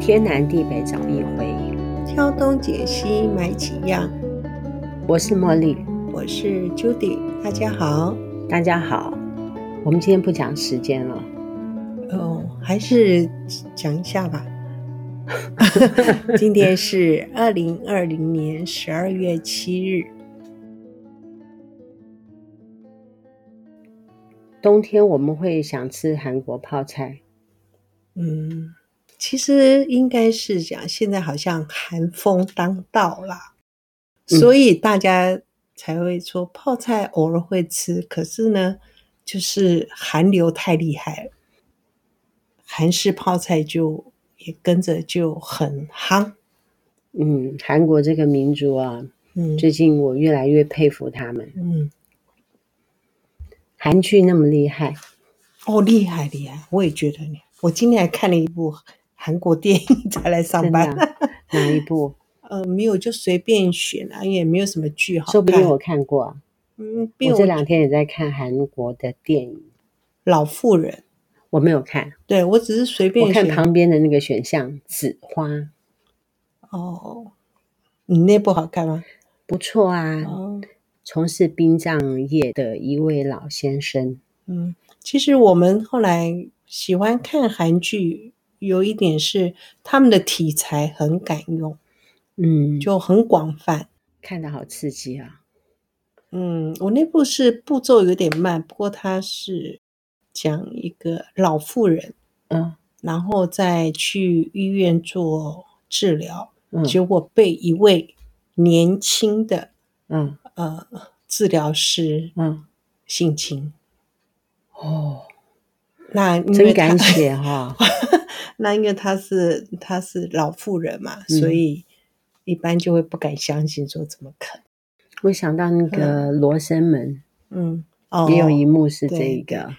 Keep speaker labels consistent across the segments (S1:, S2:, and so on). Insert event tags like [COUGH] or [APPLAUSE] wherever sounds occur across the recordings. S1: 天南地北找一回。
S2: 挑东拣西买几样。
S1: 我是茉莉，
S2: 我是 Judy，大家好。
S1: 大家好。我们今天不讲时间了，
S2: 哦，还是讲一下吧。今天是二零二零年十二月七日，
S1: 冬天我们会想吃韩国泡菜，
S2: 嗯，其实应该是讲现在好像寒风当道啦，
S1: 嗯
S2: 所以大家才会说泡菜偶尔会吃，可是呢，就是寒流太厉害了，韩式泡菜就也跟着就很夯，
S1: 嗯，韩国这个民族啊，
S2: 嗯
S1: 最近我越来越佩服他们。
S2: 嗯，
S1: 韩剧那么厉害，
S2: 哦，厉害厉害，我也觉得呢。我今天还看了一部韩国电影才来上
S1: 真的
S2: 班，
S1: 啊哪一
S2: [LAUGHS]
S1: 部？
S2: 呃，没有就随便选啊，也没有什么剧好看。
S1: 说不定我看过啊。
S2: 嗯，并
S1: 我
S2: 我
S1: 这两天也在看韩国的电影，
S2: 老妇人，
S1: 我没有看，
S2: 对我只是随便
S1: 我看
S2: 选。
S1: 旁边的那个选项“紫花”
S2: 哦，你那部好看吗？
S1: 不错啊。
S2: 哦，
S1: 从事殡葬业的一位老先生，
S2: 嗯，其实我们后来喜欢看韩剧，有一点是他们的题材很敢用，
S1: 嗯，
S2: 就很广泛。
S1: 看的好刺激啊！
S2: 嗯，我那部是步骤有点慢，不过它是讲一个老妇人，
S1: 嗯
S2: 然后再去医院做治疗，
S1: 嗯
S2: 结果被一位年轻的
S1: 嗯
S2: 呃治疗师
S1: 嗯，
S2: 性侵。
S1: 哦，
S2: 那因为
S1: 真
S2: 他
S1: 敢写哈、
S2: [LAUGHS]
S1: [LAUGHS]
S2: 那因为她是她是老妇人嘛，
S1: 嗯
S2: 所以一般就会不敢相信，说怎么可能？
S1: 我想到那个罗生门、
S2: 嗯，哦，
S1: 也有一幕是
S2: 对
S1: 这一个，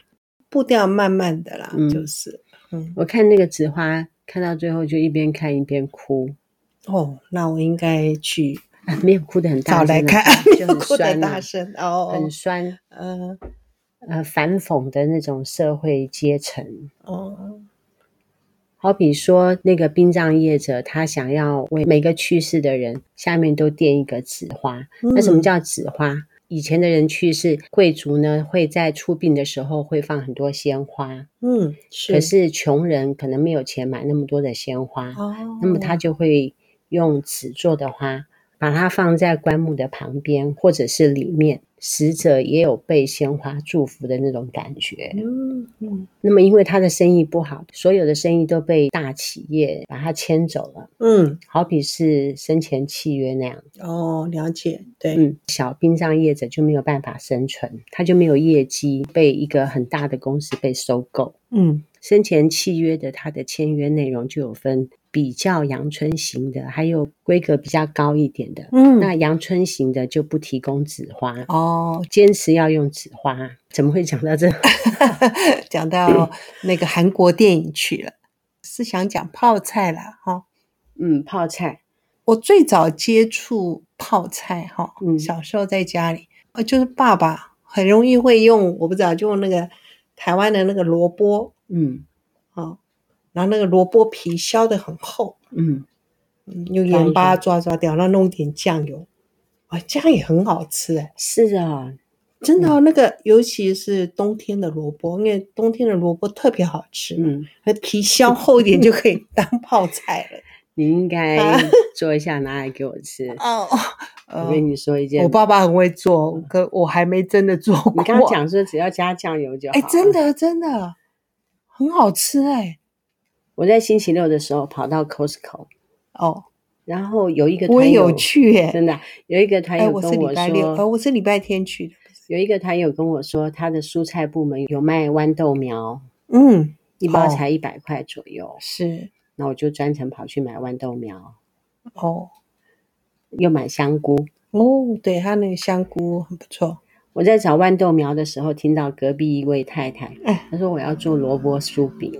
S2: 步调慢慢的啦，
S1: 嗯
S2: 就是嗯，
S1: 我看那个紫花，看到最后就一边看一边哭，
S2: 哦，那我应该去
S1: 啊，没有哭的很大
S2: 找
S1: 声啊，
S2: 来看，
S1: 就
S2: [LAUGHS] 没有
S1: 很
S2: 哭的
S1: 酸、
S2: 大
S1: 啊，
S2: 声哦，
S1: 很酸，
S2: 嗯
S1: 呃，反讽的那种社会阶层。
S2: 哦，
S1: 好比说，那个殡葬业者，他想要为每个去世的人下面都垫一个纸花。那什么
S2: 嗯
S1: 叫纸花？以前的人去世，贵族呢会在出殡的时候会放很多鲜花，
S2: 嗯是
S1: 可是穷人可能没有钱买那么多的鲜花，
S2: 哦，
S1: 那么他就会用纸做的花，把它放在棺木的旁边或者是里面，死者也有被鲜花祝福的那种感觉。
S2: 嗯嗯
S1: 那么，因为他的生意不好，所有的生意都被大企业把他牵走了，
S2: 嗯
S1: 好比是生前契约那样。
S2: 哦，了解，对，
S1: 嗯，小殡葬业者就没有办法生存，他就没有业绩，被一个很大的公司被收购。
S2: 嗯
S1: 生前契约的它的签约内容就有分比较阳春型的，还有规格比较高一点的。
S2: 嗯
S1: 那阳春型的就不提供纸花，
S2: 哦，
S1: 坚持要用纸花。怎么会讲
S2: [LAUGHS]
S1: 到这？
S2: 讲到那个韩国电影去了，是想讲泡菜啦，哈、
S1: 嗯，泡菜。
S2: 我最早接触泡菜哈，
S1: 嗯
S2: 小时候在家里，呃，就是爸爸很容易会用，我不知道，就用那个台湾的那个萝卜
S1: 嗯
S2: 啊、哦然后那个萝卜皮削的很厚，
S1: 嗯，
S2: 嗯用盐巴抓抓掉，然后弄点酱油，啊，这样也很好吃哎，
S1: 是啊、
S2: 真的、哦，那个尤其是冬天的萝卜，因为冬天的萝卜特别好吃，，
S1: 嗯，
S2: 皮削厚一点就可以当泡菜了。
S1: 你应该
S2: [LAUGHS] 啊
S1: 做一下拿来给我吃。
S2: [LAUGHS] 哦，呃
S1: 我跟你说一件，
S2: 我爸爸很会做，可我还没真的做过。
S1: 你刚刚讲啊说只要加酱油就好。
S2: 哎、真，的真的很好吃哎、
S1: 我在星期六的时候跑到 Costco，
S2: 哦，
S1: 然后有一个
S2: 我
S1: 团
S2: 也
S1: 友
S2: 有，去哎、
S1: 真的有一个团
S2: 哎、
S1: 友
S2: 我是
S1: 跟
S2: 礼拜六，呃，
S1: 说，
S2: 我是礼拜天去的。
S1: 有一个团友跟我说，他的蔬菜部门有卖豌豆苗，
S2: 嗯，
S1: 一包
S2: 哦
S1: 才一百块左右，
S2: 是
S1: 那我就专程跑去买豌豆苗，
S2: 哦
S1: 又买香菇。
S2: 哦，对，他那个香菇很不错。
S1: 我在找豌豆苗的时候，听到隔壁一位太太
S2: 哎，
S1: 她说我要做萝卜酥饼。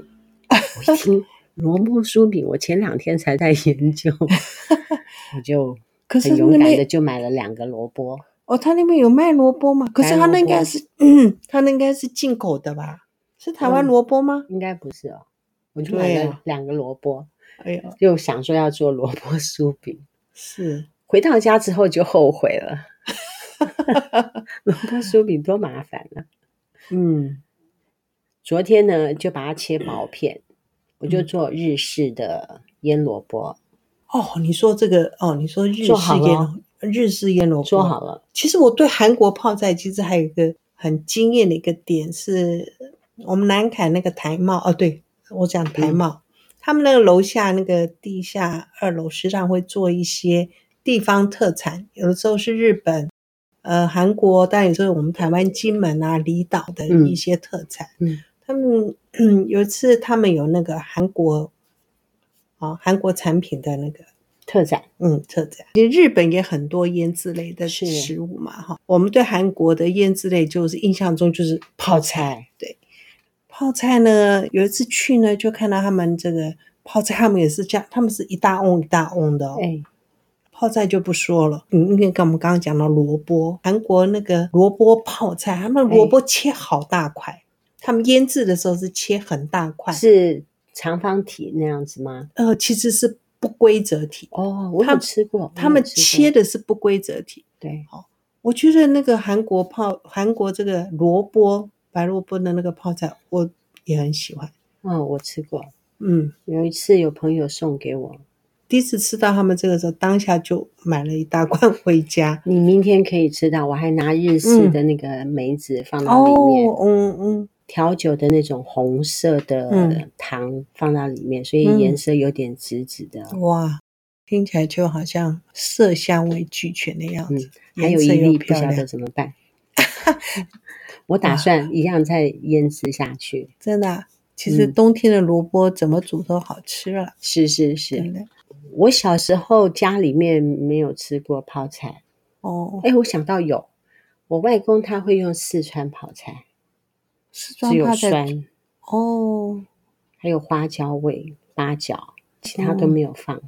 S1: 我一
S2: [LAUGHS]
S1: 听萝卜酥饼，我前两天才在研究，我就
S2: 可是
S1: 很勇
S2: 那
S1: 敢
S2: 那
S1: 的就买了两个萝卜。
S2: 哦，他那边有卖萝卜吗？可是
S1: 白
S2: 他
S1: 萝
S2: 那应该
S1: 卜
S2: 是，嗯，他那应该是进口的吧？是台湾
S1: 嗯
S2: 萝卜吗？
S1: 应该不是哦，我就
S2: 对
S1: 买了
S2: 啊
S1: 两个萝卜，
S2: 哎呀，
S1: 就想说要做萝卜酥饼。
S2: 是
S1: 回到家之后就后悔了， [LAUGHS] 萝卜酥饼多麻烦啊！
S2: 嗯
S1: 昨天呢，就把它切薄片，我就
S2: 嗯
S1: 做日式的腌萝卜，
S2: 哦，你说这个哦，你说日
S1: 做好
S2: 式腌
S1: 了
S2: 日式腌萝卜
S1: 做好了。
S2: 其实我对韩国泡菜其实还有一个很惊艳的一个点是，我们南凯那个台茂哦，对我讲台
S1: 嗯
S2: 茂，他们那个楼下那个地下二楼时常会做一些地方特产，有的时候是日本。呃，韩国，但有时候我们台湾金门啊、离岛的
S1: 嗯
S2: 一些特产，
S1: 嗯
S2: 他们、 [CLEARS THROAT] 嗯、有一次他们有那个韩国，啊、韩国产品的那个
S1: 特展，
S2: 嗯，特产。其实日本也很多腌制类的
S1: 是
S2: 食物嘛，哈。我们对韩国的腌制类就是印象中就是泡菜。
S1: 菜
S2: 泡菜呢，有一次去呢，就看到他们这个泡菜，他们也是这样，他们是一大瓮一大瓮的、哦。
S1: 哎，
S2: 泡菜就不说了，嗯，因为跟我们刚刚讲到萝卜，韩国那个萝卜泡菜，他们萝卜切好大块，他们腌制的时候是切很大块，
S1: 是长方体那样子吗？
S2: 呃，其实是不规则体，
S1: 哦，我
S2: 他
S1: 有吃过，
S2: 他们切
S1: 的
S2: 的是不规则体。
S1: 对，
S2: 我觉得那个韩国泡，韩国这个萝卜白萝卜的那个泡菜，我也很喜欢。
S1: 嗯，我吃过。
S2: 嗯，
S1: 有一次有朋友送给我，
S2: 第一次吃到他们这个时候，当下就买了一大罐回家。
S1: 你明天可以吃到，我还拿日式的那个梅子放到里面，
S2: 嗯哦，嗯嗯，
S1: 调酒的那种红色的
S2: 嗯
S1: 糖放到里面，所以
S2: 嗯
S1: 颜色有点紫紫的。哦
S2: 哇，听起来就好像色香味俱全的样子，
S1: 嗯还有
S2: 嗯颜
S1: 一
S2: 色又
S1: 粒不
S2: 漂
S1: 晓得
S2: 亮，
S1: 怎么
S2: [LAUGHS]
S1: 办。我打算一样再腌制下去。
S2: 真的啊、其实
S1: 嗯
S2: 冬天的萝卜怎么煮都好吃了，
S1: 是是
S2: 真
S1: 是，
S2: 的。
S1: 我小时候家里面没有吃过泡菜。
S2: 哦，
S1: 哎，我想到有，我外公他会用四川泡菜，
S2: 四川
S1: 只有
S2: 泡菜
S1: 酸，
S2: 哦，
S1: 还有花椒味、八角，其他都没有放，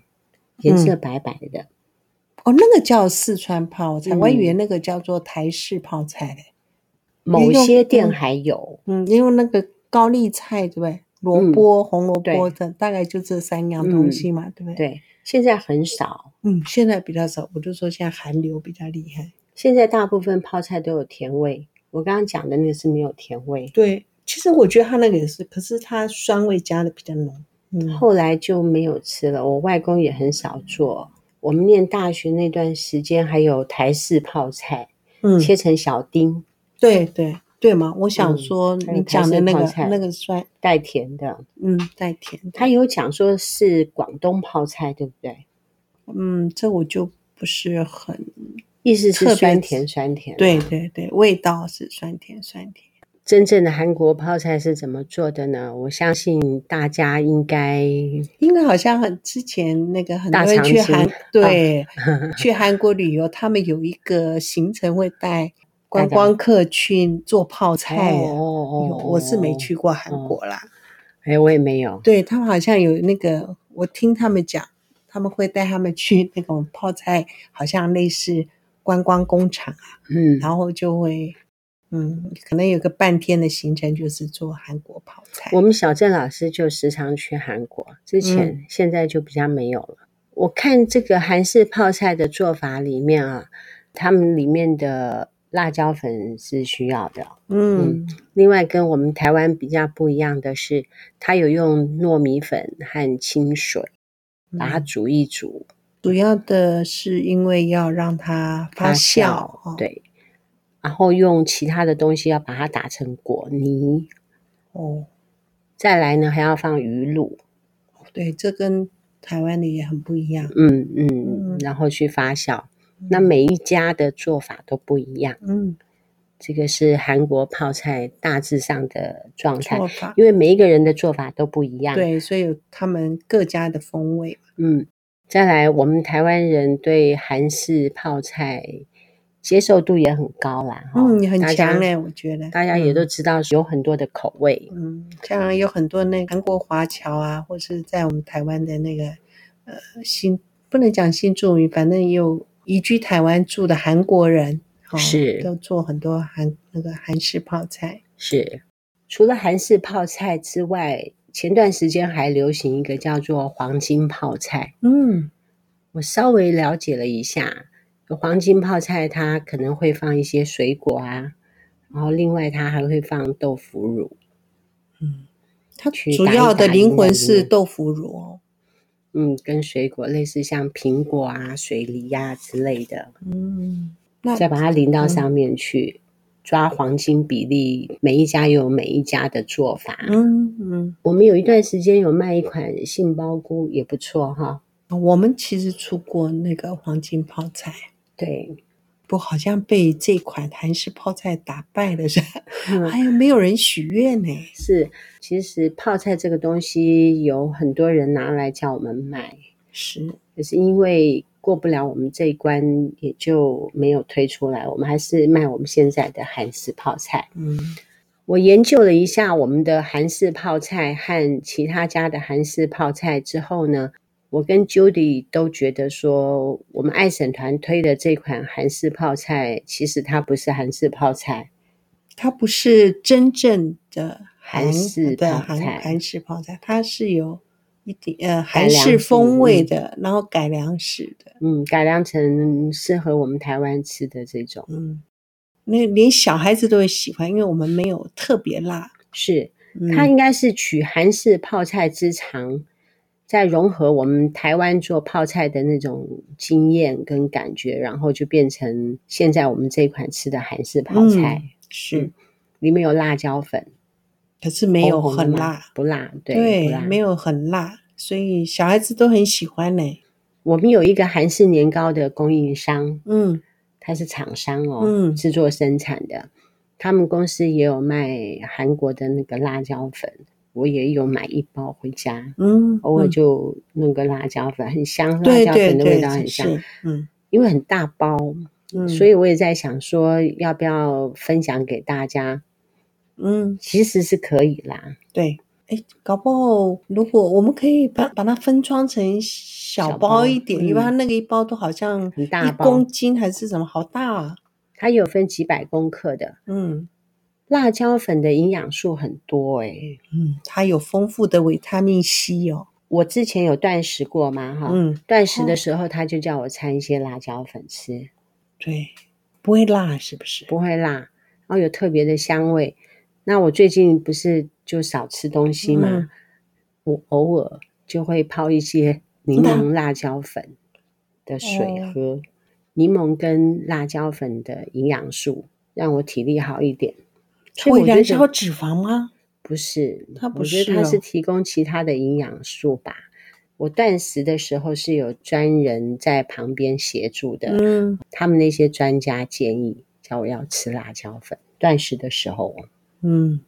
S1: 颜
S2: 哦嗯
S1: 色白白的。
S2: 哦，那个叫四川泡菜，我以为
S1: 嗯
S2: 那个叫做台式泡菜嘞。
S1: 某
S2: 用
S1: 些店
S2: 嗯
S1: 还有，
S2: 嗯，因为那个高丽菜对不对？萝
S1: 嗯
S2: 卜、红萝
S1: 对嗯
S2: 卜这大概就这三样东西嘛，对不对？，
S1: 对，现在很少。
S2: 嗯，现在比较少，我就说现在韩流比较厉害。
S1: 现在大部分泡菜都有甜味，我刚刚讲的那个是没有甜味，
S2: 对，其实我觉得它那个也是，可是它酸味加的比较浓。嗯，
S1: 后来就没有吃了。我外公也很少做。我们念大学那段时间，还有台式泡菜，
S2: 嗯，
S1: 切成小丁，
S2: 对对对嘛，我
S1: 嗯
S2: 想说
S1: 还有
S2: 你
S1: 台
S2: 讲的
S1: 式
S2: 那
S1: 泡
S2: 个
S1: 菜
S2: 那个酸，
S1: 带甜的。
S2: 嗯，带甜的。
S1: 他有讲说是广东泡菜，对不对？
S2: 嗯，这我就不是很
S1: 意思
S2: 特
S1: 是
S2: 别
S1: 酸甜酸甜。，
S2: 对对对，味道是酸甜酸甜。
S1: 真正的韩国泡菜是怎么做的呢？我相信大家应该
S2: 因为好像很之前那个很多
S1: 大啊
S2: 人
S1: 长
S2: 去
S1: 今
S2: 韩，
S1: [LAUGHS]
S2: 对，去韩国旅游，他们有一个行程会带观光客去做泡菜
S1: 哦
S2: 啊。有我是没。去过韩
S1: 嗯
S2: 国啦，
S1: 哎，我也没有。
S2: 对他们好像有那个，我听他们讲，他们会带他们去那种泡菜，好像类似观光工厂啊，
S1: 嗯，
S2: 然后就会，嗯，可能有个半天的行程就是做韩国泡菜。
S1: 我们小郑老师就时常去韩国，之前、
S2: 嗯
S1: 现在就比较没有了。我看这个韩式泡菜的做法里面啊，他们里面的辣椒粉是需要的。
S2: 嗯
S1: 另外，跟我们台湾比较不一样的是，它有用糯米粉和清水把它
S2: 嗯
S1: 煮一煮，
S2: 主要的是因为要让它发酵，哦、
S1: 对，然后用其他的东西要把它打成果泥。
S2: 哦，
S1: 再来呢，还要放鱼露，
S2: 对，这跟台湾的也很不一样。
S1: 嗯嗯
S2: 嗯，
S1: 然后去发酵。那每一家的做法都不一样，
S2: 嗯
S1: 这个是韩国泡菜大致上的状态，
S2: 做法
S1: 因为每一个人的做法都不一样。，
S2: 对，所以有他们各家的风味嘛。
S1: 嗯，再来，我们台湾人对韩式泡菜接受度也很高啦，哈
S2: 嗯，很
S1: 哦大家
S2: 强哎、我觉得
S1: 大家也
S2: 嗯
S1: 都知道有很多的口味，
S2: 嗯，像有很多那个韩国华侨啊，或是在我们台湾的那个呃新不能讲新住民，反正有移居台湾住的韩国人，哦、
S1: 是
S2: 都做很多韩那个韩式泡菜。
S1: 是除了韩式泡菜之外，前段时间还流行一个叫做黄金泡菜，
S2: 嗯
S1: 我稍微了解了一下，黄金泡菜它可能会放一些水果啊，然后另外它还会放豆腐乳。
S2: 嗯，它
S1: 去
S2: 主
S1: 打一
S2: 要的
S1: 打
S2: 灵
S1: 印
S2: 魂
S1: 的
S2: 是
S1: 灵
S2: 豆腐乳哦。
S1: 嗯，跟水果类似，像苹果啊、水梨呀、之类的，
S2: 嗯，那
S1: 再把它淋到
S2: 嗯
S1: 上面去，抓黄金比例。每一家有每一家的做法。
S2: 嗯嗯，
S1: 我们有一段时间有卖一款杏鲍菇，也不错哈。
S2: 我们其实出过那个黄金泡菜，
S1: 对，
S2: 不过好像被这款韩式泡菜打败了，是吧？
S1: [LAUGHS] 嗯
S2: 还有没有人许愿呢？
S1: 是，其实泡菜这个东西有很多人拿来叫我们买，
S2: 是，
S1: 可是因为过不了我们这一关，也就没有推出来。我们还是卖我们现在的韩式泡菜。
S2: 嗯
S1: 我研究了一下我们的韩式泡菜和其他家的韩式泡菜之后呢，我跟 Judy 都觉得说，我们爱审团推的这款韩式泡菜，其实它不是韩式泡菜，
S2: 它不是真正的
S1: 韩
S2: 韩
S1: 式
S2: 的
S1: 泡
S2: 韩
S1: 菜
S2: 韩式泡菜，它是有一点
S1: 改
S2: 呃韩
S1: 良
S2: 式风味
S1: 嗯
S2: 的，然后改良式的，
S1: 嗯，改良成适合我们台湾吃的这种。
S2: 嗯，那连小孩子都会喜欢，因为我们没有特别辣，
S1: 是，
S2: 嗯、
S1: 它应该是取韩式泡菜之长，再融合我们台湾做泡菜的那种经验跟感觉，然后就变成现在我们这款吃的韩式泡菜，
S2: 嗯、是
S1: 嗯，里面有辣椒粉，
S2: 可是没有
S1: 红红的
S2: 很
S1: 嘛
S2: 辣，
S1: 不辣，对，不
S2: 对，
S1: 辣。
S2: 没有很辣，所以小孩子都很喜欢呢。
S1: 我们有一个韩式年糕的供应商，
S2: 嗯
S1: 它是厂商哦，
S2: 嗯
S1: 制作生产的。他们公司也有卖韩国的那个辣椒粉，我也有买一包回家。
S2: 嗯，
S1: 偶尔
S2: 嗯
S1: 就弄个辣椒粉，很香，辣
S2: 对
S1: 椒
S2: 对
S1: 粉的味
S2: 对，
S1: 道很
S2: 是
S1: 香，
S2: 是嗯
S1: 因为很大包，
S2: 嗯，
S1: 所以我也在想说要不要分享给大家，
S2: 嗯
S1: 其实是可以啦，
S2: 对。哎，搞不好如果我们可以把把它分装成
S1: 小
S2: 小包
S1: 包
S2: 一点，因为
S1: 嗯
S2: 它那个一包都好像
S1: 很大
S2: 一
S1: 包
S2: 公斤还是什么，好大啊！
S1: 它有分几百公克的。
S2: 嗯
S1: 辣椒粉的营养素很多哎诶、
S2: 嗯，它有丰富的维他命 C 哦。
S1: 我之前有断食过嘛哈，
S2: 嗯，
S1: 断食
S2: 哦
S1: 的时候他就叫我掺一些辣椒粉吃，
S2: 对，不会辣是不是？
S1: 不会辣，然后有特别的香味。那我最近不是就少吃东西嘛，
S2: 嗯
S1: 我偶尔就会泡一些柠檬辣椒粉的水
S2: 哦
S1: 喝，柠檬跟辣椒粉的营养素让我体力好一点。
S2: 它
S1: 所以
S2: 会
S1: 我觉
S2: 燃烧
S1: 得
S2: 脂肪吗？
S1: 不是，
S2: 它不
S1: 我觉
S2: 是
S1: 得它是
S2: 哦
S1: 提供其他的营养素吧。我断食的时候是有专人在旁边协助的，
S2: 嗯
S1: 他们那些专家建议叫我要吃辣椒粉，断食的时候，哦
S2: 嗯，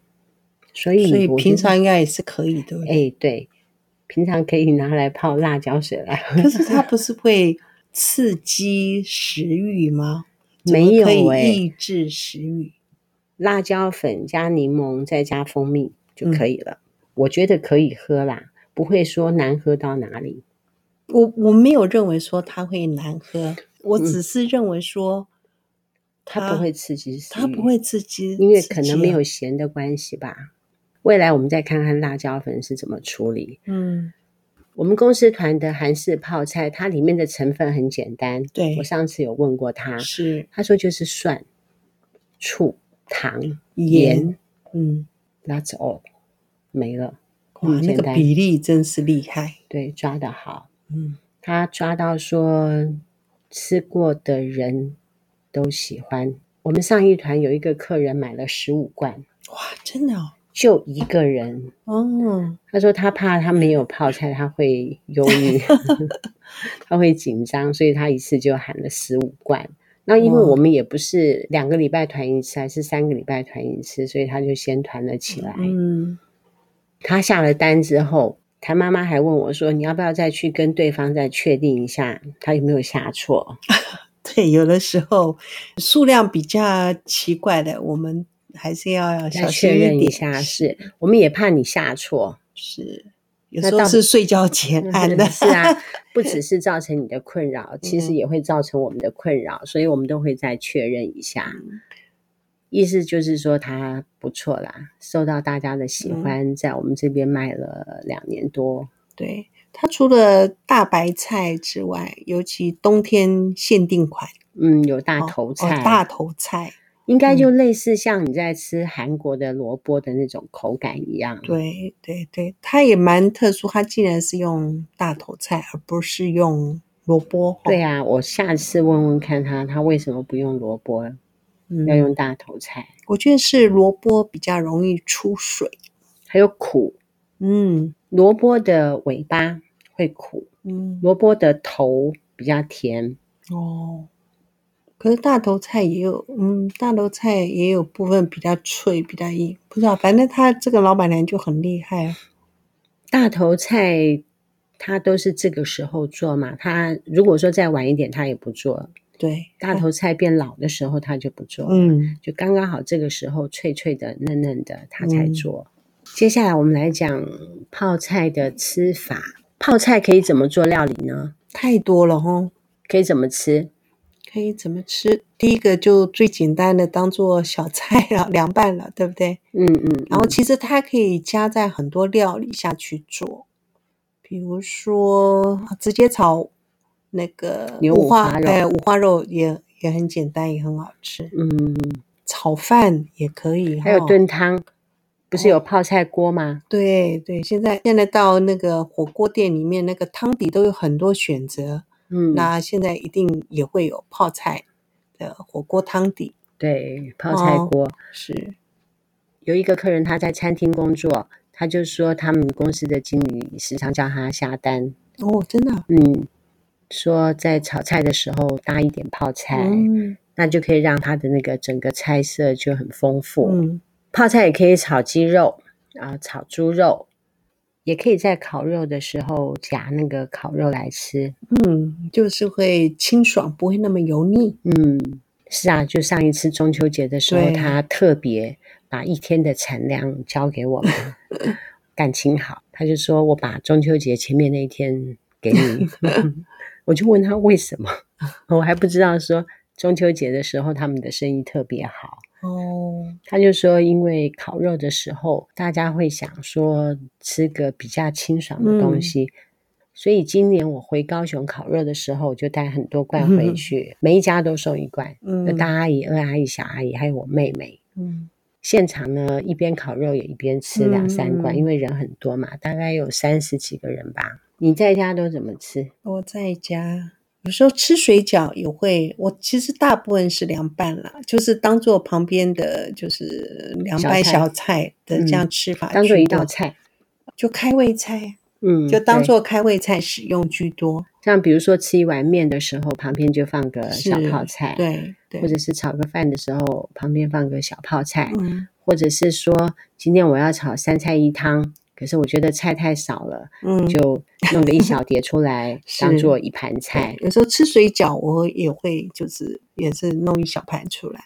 S1: 所以
S2: 所以
S1: 我觉
S2: 平
S1: 得
S2: 常应该也是可以的。
S1: 哎对，平常可以拿来泡辣椒水来喝，
S2: 可是它不是会刺激食欲吗？怎么
S1: 没有
S2: 可以
S1: 哎
S2: 抑制食欲。
S1: [LAUGHS] 辣椒粉加柠檬再加蜂蜜
S2: 嗯
S1: 就可以了，我觉得可以喝啦，不会说难喝到哪里。
S2: 我我没有认为说它会难喝，
S1: 嗯
S2: 我只是认为说
S1: 它不会刺激食欲，
S2: 它不会刺激，
S1: 嗯因为
S2: 刺
S1: 可
S2: 激
S1: 能没有
S2: 啊
S1: 咸的关系吧。未来我们再看看辣椒粉是怎么处理。
S2: 嗯
S1: 我们公司团的韩式泡菜，它里面的成分很简单。
S2: 对
S1: 我上次有问过他，
S2: 是
S1: 他说就是蒜、醋、糖、
S2: 盐
S1: 盐
S2: 嗯
S1: ，That's all，没了。
S2: 哇
S1: 很
S2: 那
S1: 简
S2: 个
S1: 单，
S2: 比例真是厉害
S1: 对，抓得好。
S2: 嗯
S1: 他抓到说吃过的人都喜欢。我们上一团有一个客人买了十五罐，
S2: 哇真的哦
S1: 就一个人。
S2: 哦
S1: 他说他怕他没有泡菜，他会忧郁， [LAUGHS] 他会紧张，所以他一次就喊了十五罐。那因为
S2: 哇
S1: 我们也不是两个礼拜团一次，还是三个礼拜团一次，所以他就先团了起来。
S2: 嗯
S1: 他下了单之后，谭妈妈还问我说：“你要不要再去跟对方再确定一下，他有没有下错？”
S2: [LAUGHS] 对有的时候数量比较奇怪的，我们还是要
S1: 再
S2: 小
S1: 确
S2: 心
S1: 认一
S2: 点
S1: 下，是我们也怕你下错，
S2: 是有
S1: 那
S2: 时候
S1: 到
S2: 是睡觉前按的
S1: 是
S2: [LAUGHS]
S1: 啊，不只是造成你的困扰，其实
S2: 嗯嗯
S1: 也会造成我们的困扰，所以我们都会再确认一下。意思就是说它不错啦，受到大家的
S2: 嗯
S1: 喜欢，在我们这边卖了两年多。
S2: 对，它除了大白菜之外，尤其冬天限定款
S1: 嗯，有大头菜，
S2: 哦，大嗯头菜，
S1: 应该就类似像你在吃韩国的萝卜的那种口感一样。
S2: 对对对，它也蛮特殊，它竟然是用大头菜，而不是用萝卜哦吼。
S1: 对啊，我下次问问看他，他为什么不用萝卜，
S2: 嗯
S1: 要用大头菜？
S2: 我觉得是萝卜比较容易出水。
S1: 还有苦，
S2: 嗯
S1: 萝卜的尾巴会苦，
S2: 嗯
S1: 萝卜的头比较甜。
S2: 哦，可是大头菜也有，嗯，大头菜也有部分比较脆，比较硬，不知道，反正他这个老板娘就很厉害。啊
S1: 大头菜它都是这个时候做嘛，它如果说再晚一点，它也不做。
S2: 对，
S1: 大头菜变老的时候，它就不做。。
S2: 嗯
S1: 就刚刚好这个时候脆脆的、嫩嫩的，它才做。接下来我们来讲泡菜的吃法。泡菜可以怎么做料理呢？
S2: 太多了哦，
S1: 可以怎么吃？
S2: 可以怎么吃？第一个就最简单的当做小菜了， [LAUGHS] 凉拌了，对不对？
S1: 嗯嗯，
S2: 然后其实它可以加在很多料理下去做，比如说啊直接炒那个
S1: 牛
S2: 五花，
S1: 五花肉
S2: 哎，五花肉也也很简单，也很好吃。
S1: 嗯，
S2: 炒饭也可以，
S1: 还有
S2: 哈
S1: 炖汤，不是有泡菜锅吗？
S2: 对对，现在现在到那个火锅店里面，那个汤底都有很多选择。
S1: 嗯，
S2: 那现在一定也会有泡菜的火锅汤底，
S1: 对，泡菜锅。
S2: 是
S1: 有一个客人他在餐厅工作，他就说他们公司的经理时常叫他下单，
S2: 哦，真的啊，
S1: 嗯，说在炒菜的时候搭一点泡菜，
S2: 嗯
S1: 那就可以让他的那个整个菜色就很丰富。
S2: 嗯
S1: 泡菜也可以炒鸡肉啊，炒猪肉，也可以在烤肉的时候夹那个烤肉来吃。
S2: 嗯，就是会清爽，不会那么油腻。
S1: 嗯，是啊，就上一次中秋节的时候，
S2: 对
S1: 他特别把一天的产量交给我们，感情好。他就说我把中秋节前面那一天给你，我就问他为什么，我还不知道说中秋节的时候他们的生意特别好。
S2: 哦，
S1: 他就说，因为烤肉的时候，大家会想说吃个比较清爽的东西，所以今年我回高雄烤肉的时候，我就带很多罐回去，每一家都送一罐，有
S2: 嗯
S1: 大阿姨、二阿姨、小阿姨，还有我妹妹。
S2: 嗯
S1: 现场呢，一边烤肉也一边吃
S2: 嗯
S1: 两三罐，
S2: 嗯
S1: 因为人很多嘛，大概有三十几个人吧。你在家都怎么吃？
S2: 我在家有时候吃水饺也会，我其实大部分是凉拌啦，就是当做旁边的就是凉
S1: 小
S2: 拌
S1: 菜
S2: 小菜的这样
S1: 嗯
S2: 吃法，
S1: 当做一道，菜，
S2: 就开胃菜，
S1: 嗯，
S2: 就当
S1: 对
S2: 做开胃菜使用居多。
S1: 像比如说吃一碗面的时候，旁边就放个小
S2: 是
S1: 泡菜，
S2: 对对，
S1: 或者是炒个饭的时候，旁边放个小泡菜，
S2: 嗯
S1: 或者是说今天我要炒三菜一汤，可是我觉得菜太少了，
S2: 嗯，
S1: 就弄个一小碟出来
S2: [LAUGHS] 是
S1: 当做一盘菜，
S2: 有时候吃水饺我也会就是也是弄一小盘出来，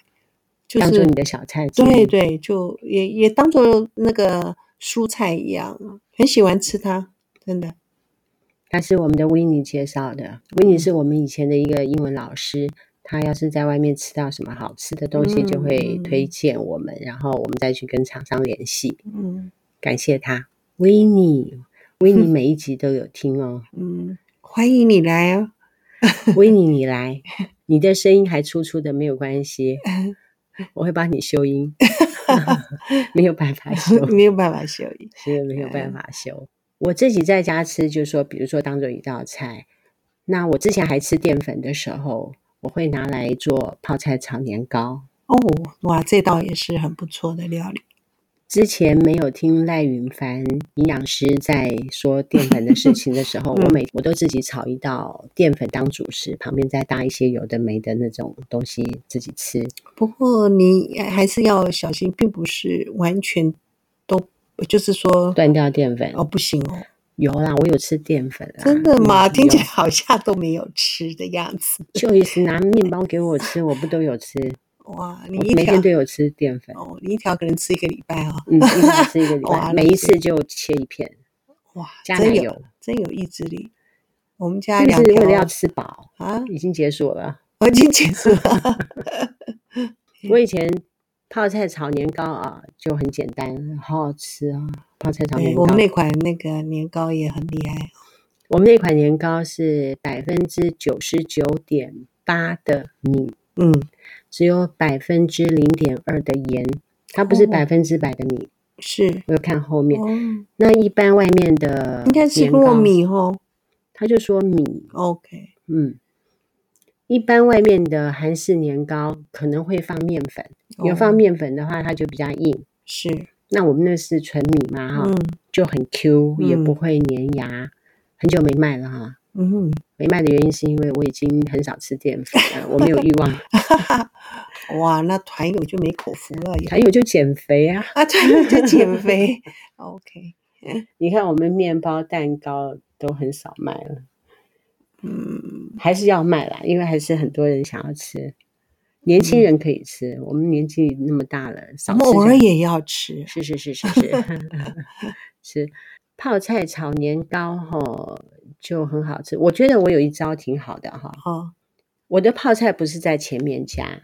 S2: 就
S1: 当做
S2: 是
S1: 你的小菜吃。
S2: 对对，就也也当做那个蔬菜一样啊，很喜欢吃它，真的。
S1: 那是我们的 w i n n i 介绍的 w i n n i 是我们以前的一个英文老师。他要是在外面吃到什么好吃的东西，就会
S2: 嗯
S1: 推荐我们，然后我们再去跟厂商联系。
S2: 嗯
S1: 感谢他，维尼，维尼每一集都有听哦。
S2: 嗯，欢迎你来啊！
S1: 维尼，你来，你的声音还粗粗的，没有关系，我会帮你修音。 [LAUGHS] 没有办法修，
S2: [LAUGHS] 没有办法休息。
S1: 是没有办法修。我自己在家吃，就说，比如说当做一道菜。那我之前还吃淀粉的时候，我会拿来做泡菜炒年糕。
S2: 哦，哇，这道也是很不错的料理。
S1: 之前没有听赖云凡营养师在说淀粉的事情的时候，
S2: [LAUGHS] 嗯
S1: 我每我都自己炒一道淀粉当主食，旁边再搭一些有的没的那种东西自己吃。
S2: 不过你还是要小心，并不是完全都，就是说，
S1: 断掉淀粉
S2: 哦，不行哦，
S1: 有啦，我有吃淀粉啦。
S2: 真的吗？
S1: 嗯
S2: 听起
S1: 有
S2: 来好像都没有吃的样子。
S1: [LAUGHS] 就一直拿面包给我吃，我不都有吃？
S2: 哇，你
S1: 我
S2: 一
S1: 每
S2: 条
S1: 天都有吃淀粉，
S2: 哦，你一条可能吃一个礼拜啊、 [LAUGHS]
S1: 嗯，一天吃一个礼拜，
S2: 哇
S1: 每一次就切一片，
S2: 哇，
S1: 加奶
S2: 真
S1: 油
S2: 有，真有意志力。我们家
S1: 但
S2: 两
S1: 是为了
S2: 条
S1: 要吃饱，
S2: 啊，
S1: [LAUGHS] 已经结束了。
S2: 我已经结束了。
S1: 我以前泡菜炒年糕啊，就很简单，好好吃啊！泡菜炒
S2: 对
S1: 年
S2: 我
S1: 糕，
S2: 们那款那个年糕也很厉害，
S1: 我们那款年糕是百分之九十九点八的米，
S2: 嗯
S1: 只有百分之零点二的盐，它不是
S2: 哦
S1: 百分之百的米。
S2: 是
S1: 我要看后面，
S2: 哦，
S1: 那一般外面的
S2: 应该吃
S1: 年
S2: 糯
S1: 糕，
S2: 米哦。
S1: 他就说米，
S2: OK，
S1: 嗯，一般外面的韩式年糕可能会放面粉，有放
S2: 哦
S1: 面粉的话，它就比较硬。
S2: 是
S1: 那我们那是纯米嘛，哈、
S2: 嗯
S1: 就很 Q，也
S2: 嗯
S1: 不会粘牙。很久没卖了哈，
S2: 嗯，
S1: 没卖的原因是因为我已经很少吃淀粉了，我没有
S2: [LAUGHS]
S1: 欲望。
S2: 哇，那团友就没口福了也
S1: 还有就减肥啊，
S2: 啊，团友就减肥。OK，
S1: [LAUGHS] 你看我们面包、蛋糕都很少卖了，
S2: 嗯，
S1: 还是要卖啦，因为还是很多人想要吃。年轻人可以吃，我们年纪那么大了，
S2: 嗯我
S1: 少
S2: 们
S1: 吃
S2: 偶
S1: 点
S2: 尔也要吃，
S1: 是是是是 [LAUGHS] 是是，泡菜炒年糕吼就很好吃。我觉得我有一招挺好的哈，
S2: 哦
S1: 我的泡菜不是在前面加，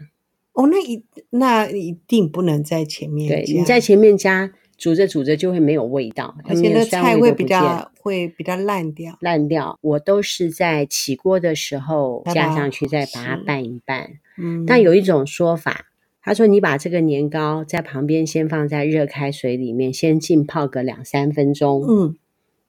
S2: 哦，那一那一定不能在前面
S1: 对，
S2: 加
S1: 你在前面加，煮着煮着就会没有味道，
S2: 而
S1: 它
S2: 且
S1: 那个
S2: 那
S1: 酸
S2: 菜
S1: 味
S2: 会
S1: 都
S2: 比
S1: 不见
S2: 较会比较烂掉。
S1: 烂掉。我都是在起锅的时候
S2: 把
S1: 加
S2: 它
S1: 上去，再把它
S2: 是
S1: 拌一拌。
S2: 嗯，
S1: 但有一种说法。他说：“你把这个年糕在旁边先放在热开水里面，先浸泡个两三分钟。
S2: 嗯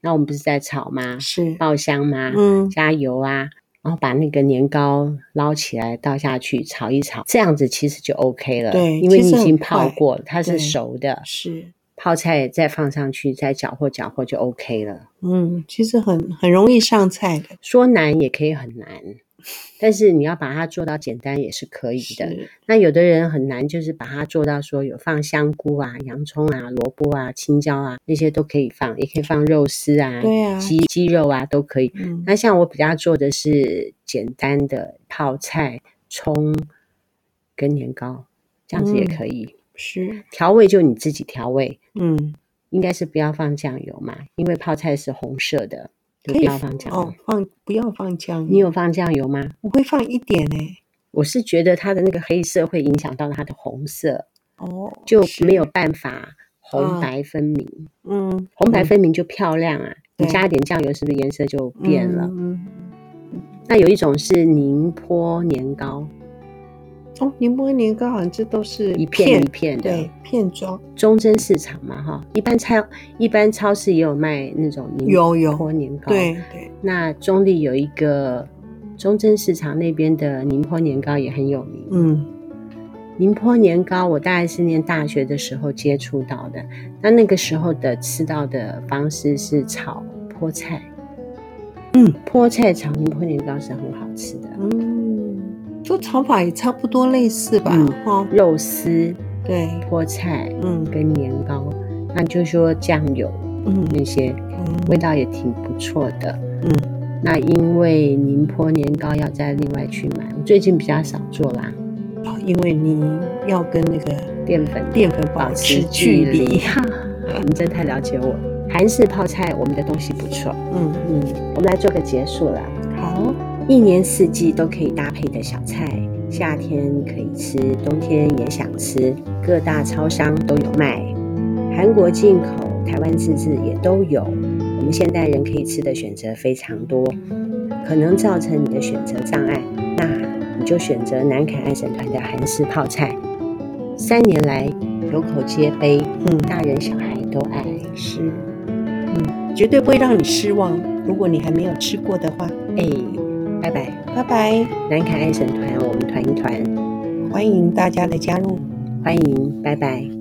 S1: 那我们不是在炒吗？
S2: 是
S1: 爆香吗？
S2: 嗯
S1: 加油啊，然后把那个年糕捞起来倒下去炒一炒，这样子其实就 OK 了。
S2: 对
S1: 因为
S2: 其
S1: 你
S2: 实
S1: 已经
S2: 很
S1: 泡
S2: 快
S1: 过了，它是
S2: 对
S1: 熟的，
S2: 是
S1: 泡菜再放上去，再搅和搅和就 OK 了。
S2: 嗯，其实很很容易上菜的。
S1: 说难也可以很难，但是你要把它做到简单也是可以的。
S2: 是
S1: 那有的人很难，就是把它做到说有放香菇啊、洋葱啊、萝卜啊、青椒啊那些都可以放，也可以放肉丝啊、
S2: 对啊
S1: 鸡鸡肉啊都可以。
S2: 嗯
S1: 那像我比较做的是简单的泡菜、葱跟年糕，这样子
S2: 嗯
S1: 也可以。
S2: 是
S1: 调味就你自己调味，
S2: 嗯，
S1: 应该是不要放酱油嘛，因为泡菜是红色的，就
S2: 可
S1: 不
S2: 以
S1: 要放酱油。
S2: 哦，放不要放酱油。
S1: 你有放酱油吗？
S2: 我会放一点哎、
S1: 我是觉得它的那个黑色会影响到它的红色，
S2: 哦，
S1: 就是没有办法红
S2: 啊
S1: 白分明。
S2: 嗯，
S1: 红白分明就漂亮啊，你
S2: 对
S1: 加一点酱油是不是颜色就
S2: 嗯
S1: 变了？
S2: 嗯嗯
S1: 那有一种是宁波年糕，
S2: 哦，宁波年糕好像这都是
S1: 一片一片的，
S2: 对片装，
S1: 中贞市场嘛，哈，一般超一般超市也有卖那种宁
S2: 有有
S1: 坡年糕。，
S2: 对对，
S1: 那中立有一个中贞市场那边的宁波年糕也很有名。
S2: 嗯
S1: 宁波年糕我大概是念大学的时候接触到的，那那个时候的吃到的方式是炒菠菜，
S2: 嗯
S1: 菠菜炒宁波年糕是很好吃的，
S2: 嗯，做炒法也差不多类似吧，
S1: 嗯
S2: 哈、
S1: 肉丝、
S2: 对，
S1: 菠菜
S2: 嗯
S1: 跟年糕，那就说酱油
S2: 嗯
S1: 那些味道也挺不错的。
S2: 嗯
S1: 那因为宁波年糕要再另外去买，我最近比较少做啦，
S2: 嗯，啊因为你要跟那个
S1: 淀粉
S2: 淀粉保持距
S1: [LAUGHS]
S2: 离，
S1: 你真太了解我。韩式泡菜，我们的东西不错。
S2: 嗯，
S1: 嗯，我们来做个结束了。
S2: 好，
S1: 一年四季都可以搭配的小菜，夏天可以吃，冬天也想吃，各大超商都有卖，韩国进口、台湾自制也都有。我们现代人可以吃的选择非常多，可能造成你的选择障碍，那你就选择南凯爱神团的韩式泡菜。三年来有口皆碑，
S2: 嗯
S1: 大人小孩都爱。
S2: 是，嗯，绝对不会让你失望，如果你还没有吃过的话，
S1: 哎，拜拜，
S2: 拜拜，
S1: 南凯爱神团，我们团一团，
S2: 欢迎大家的加入。
S1: 欢迎，拜拜。